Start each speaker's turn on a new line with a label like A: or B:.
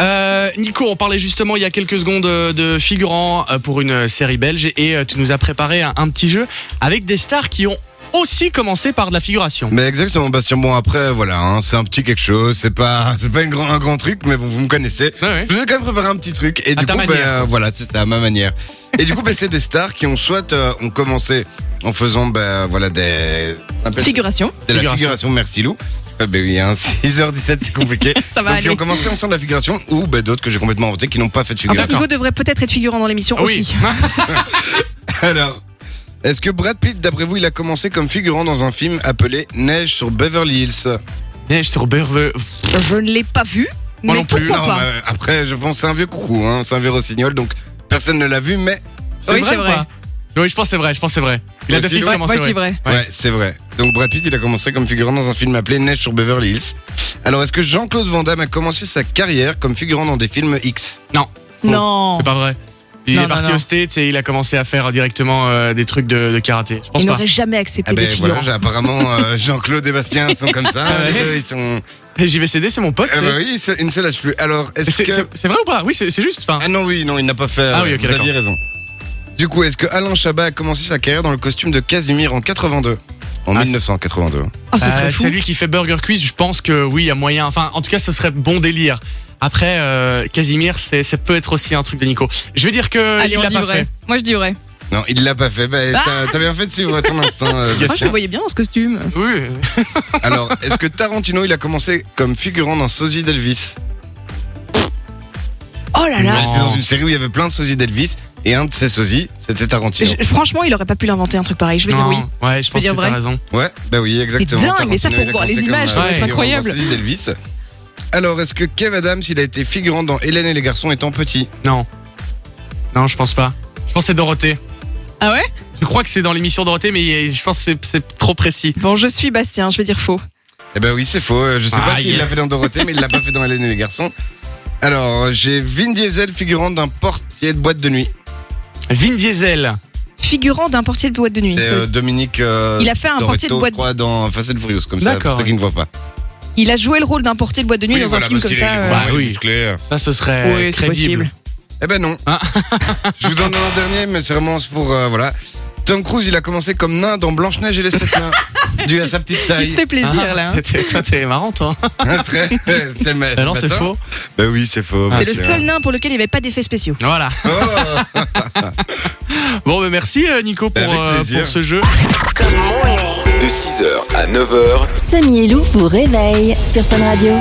A: Euh, Nico, on parlait justement il y a quelques secondes euh, de figurant euh, pour une série belge et euh, tu nous as préparé un, un petit jeu avec des stars qui ont aussi commencé par de la figuration.
B: Mais exactement, Bastien. Bon, après, voilà, hein, c'est un petit quelque chose. C'est pas, c'est pas une grand, un grand truc, mais bon, vous me connaissez.
A: Ouais, ouais.
B: Je vous ai quand même préparé un petit truc. Et
A: À
B: du
A: ta
B: coup, ben,
A: manière,
B: euh, voilà, c'est ça, à ma manière. Et du coup, ben, c'est des stars qui ont soit euh, ont commencé en faisant, ben, voilà, des. on appelle ça
C: Figuration.
B: de la
A: Figuration.
B: figuration, merci Lou. Euh, ben oui, hein, 6h17, c'est compliqué.
C: Ça va
B: Donc, ils ont
C: aller.
B: commencé ensemble de la figuration, ou ben, d'autres que j'ai complètement inventé qui n'ont pas fait de
C: En fait,
B: figuration.
C: Hugo devrait peut-être être figurant dans l'émission
A: Oui.
C: aussi.
B: Alors, est-ce que Brad Pitt, d'après vous, il a commencé comme figurant dans un film appelé Neige sur Beverly Hills
A: Neige sur Berve.
C: Je ne l'ai pas vu,
A: Moi
C: mais
A: non plus,
C: pourquoi
B: Non,
C: pas
B: bah, après, je pense que c'est un vieux coucou, hein, c'est un vieux rossignol, donc personne ne l'a vu, mais
A: C'est
C: Oui,
A: vrai
C: c'est
A: ou
C: vrai.
A: pas Oui, je pense que c'est vrai, je pense que c'est vrai. Il a
B: Ouais,
A: de
B: c'est
A: fixe
B: vrai.
A: commencé.
C: Moi, je dis vrai.
A: Ouais.
B: ouais, c'est vrai. Donc Brad Pitt, il a commencé comme figurant dans un film appelé Neige sur Beverly Hills. Alors, est-ce que Jean-Claude Van Damme a commencé sa carrière comme figurant dans des films X
A: Bon, Oh,
C: Non.
A: C'est pas vrai. Il
C: Non,
A: est
C: non,
A: parti
C: non.
A: au States et il a commencé à faire directement euh, des trucs de, de karaté. Je pense
C: Il
A: pas.
C: n'aurait jamais accepté
B: Ah ben
C: d'être figurant.
B: voilà, j'ai- apparemment euh, Jean-Claude et Bastien sont comme ça.
A: Ah ouais.
B: les deux, ils sont.
A: JVCD, c'est mon pote.
B: Ah
A: c'est-
B: bah oui, c'est- une seule lâche plus. Alors, est-ce
A: C'est
B: que.
A: c'est- c'est vrai ou pas Oui, c'est c'est juste. enfin,
B: Ah non, oui, non, il n'a pas fait.
A: Ah
B: ouais,
A: oui, ok,
B: vous aviez raison. Du coup, est-ce que Alain Chabat a commencé sa carrière dans le costume de Casimir en 82 En
A: Ah, c'est-
B: 1982.
C: Ah, ce serait
A: Euh,
C: fou.
A: Celui qui fait Burger Quiz, je pense que oui, il y a moyen. Enfin, en tout cas, ce serait bon délire. Après, euh, Casimir, c'est, ça peut être aussi un truc de Nico. Je vais dire que
C: Allez,
A: il
C: on
A: l'a
C: dit
A: pas
C: vrai.
A: fait.
C: Moi, je dis vrai.
B: Non, il l'a pas fait. Bah,
C: Ah
B: t'as- t'as bien fait de suivre ton instinct, euh,
C: Moi, je le
B: Bastien.
C: voyais bien dans ce costume.
A: Oui.
B: Alors, est-ce que Tarantino, il a commencé comme figurant d'un sosie d'Elvis
C: Oh là là
A: Non.
B: Il était dans une série où il y avait plein de sosies d'Elvis, et un de ses sosies, c'était Tarantino.
C: Je- Franchement, il aurait pas pu l'inventer un truc pareil. Je vais dire
A: Non.
C: oui.
A: Ouais, je pense
C: dire
A: que
C: vrai.
A: t'as raison.
B: Ouais, bah oui, exactement.
C: C'est dingue, mais ça,
B: Tarantino,
C: faut
B: il a
C: voir les
B: commencé comme,
C: images,
A: ça doit
B: euh,
A: être
B: figurant dans
C: incroyable.
B: Cécile d'Elvis. Alors, est-ce que Kev Adams, il a été figurant dans Hélène et les garçons étant petit
A: Non. Non, je pense pas. Je pense que c'est Dorothée.
C: Ah ouais
A: Je crois que c'est dans l'émission Dorothée, mais je pense que c'est, c'est trop précis.
C: Bon, je suis Bastien, je vais dire faux.
B: Eh ben oui, c'est faux. Euh, Je sais
A: Ah,
B: pas s'il
A: yes.
B: l'a fait dans Dorothée, mais il l'a pas fait dans Hélène et les garçons. Alors, j'ai Vin Diesel figurant d'un portier de boîte de nuit.
A: Vin Diesel.
C: Figurant d'un portier de boîte de nuit.
B: C'est euh, Dominique. euh,
C: Il a fait un
B: Dorito,
C: portier de boîte.
B: je crois, dans Fast and Furious, comme ça,
A: D'accord,
B: pour ceux qui ne voient pas.
C: Il a joué le rôle d'un portier de boîte de nuit dans un film comme ça. euh,
A: gros. Bah oui.
B: oui.
A: Ça, ce serait
C: Oui, c'est
A: crédible.
C: possible.
B: Eh ben non.
A: Ah.
B: Je vous en donne un dernier, mais c'est vraiment c'est pour. euh, voilà. Tom Cruise, il a commencé comme nain dans Blanche-Neige et les Sept Nains, dû à sa petite taille.
C: Il se fait plaisir là. hein.
A: Ah, t'es, toi, t'es marrant, toi.
B: Hein, très- c'est le
A: Ah non, c'est
B: matin.
A: faux.
B: Bah oui, c'est faux.
C: C'est
B: monsieur.
C: le seul nain pour lequel il n'y avait pas d'effets spéciaux.
A: Voilà.
B: Oh,
A: Bon, bah, merci, euh, Nico, pour,
B: Ben, Avec
A: euh,
B: plaisir.
A: pour ce jeu.
D: De 6h à 9h,
E: Samy et Lou vous réveille sur Fun Radio.